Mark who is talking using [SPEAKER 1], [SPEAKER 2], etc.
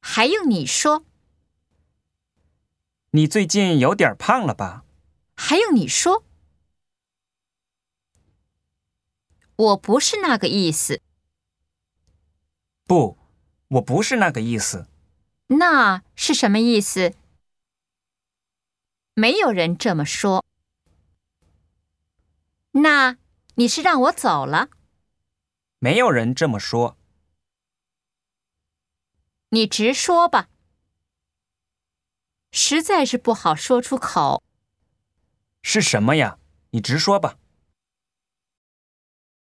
[SPEAKER 1] 还用你说？
[SPEAKER 2] 你最近有点胖了吧？
[SPEAKER 1] 还用你说？我不是那个意思。
[SPEAKER 2] 不，我不是那个意思。
[SPEAKER 1] 那是什么意思？没有人这么说。那你是让我走了？
[SPEAKER 2] 没有人这么说。
[SPEAKER 1] 你直说吧。实在是不好说出口。
[SPEAKER 2] 是什么呀？你直说吧。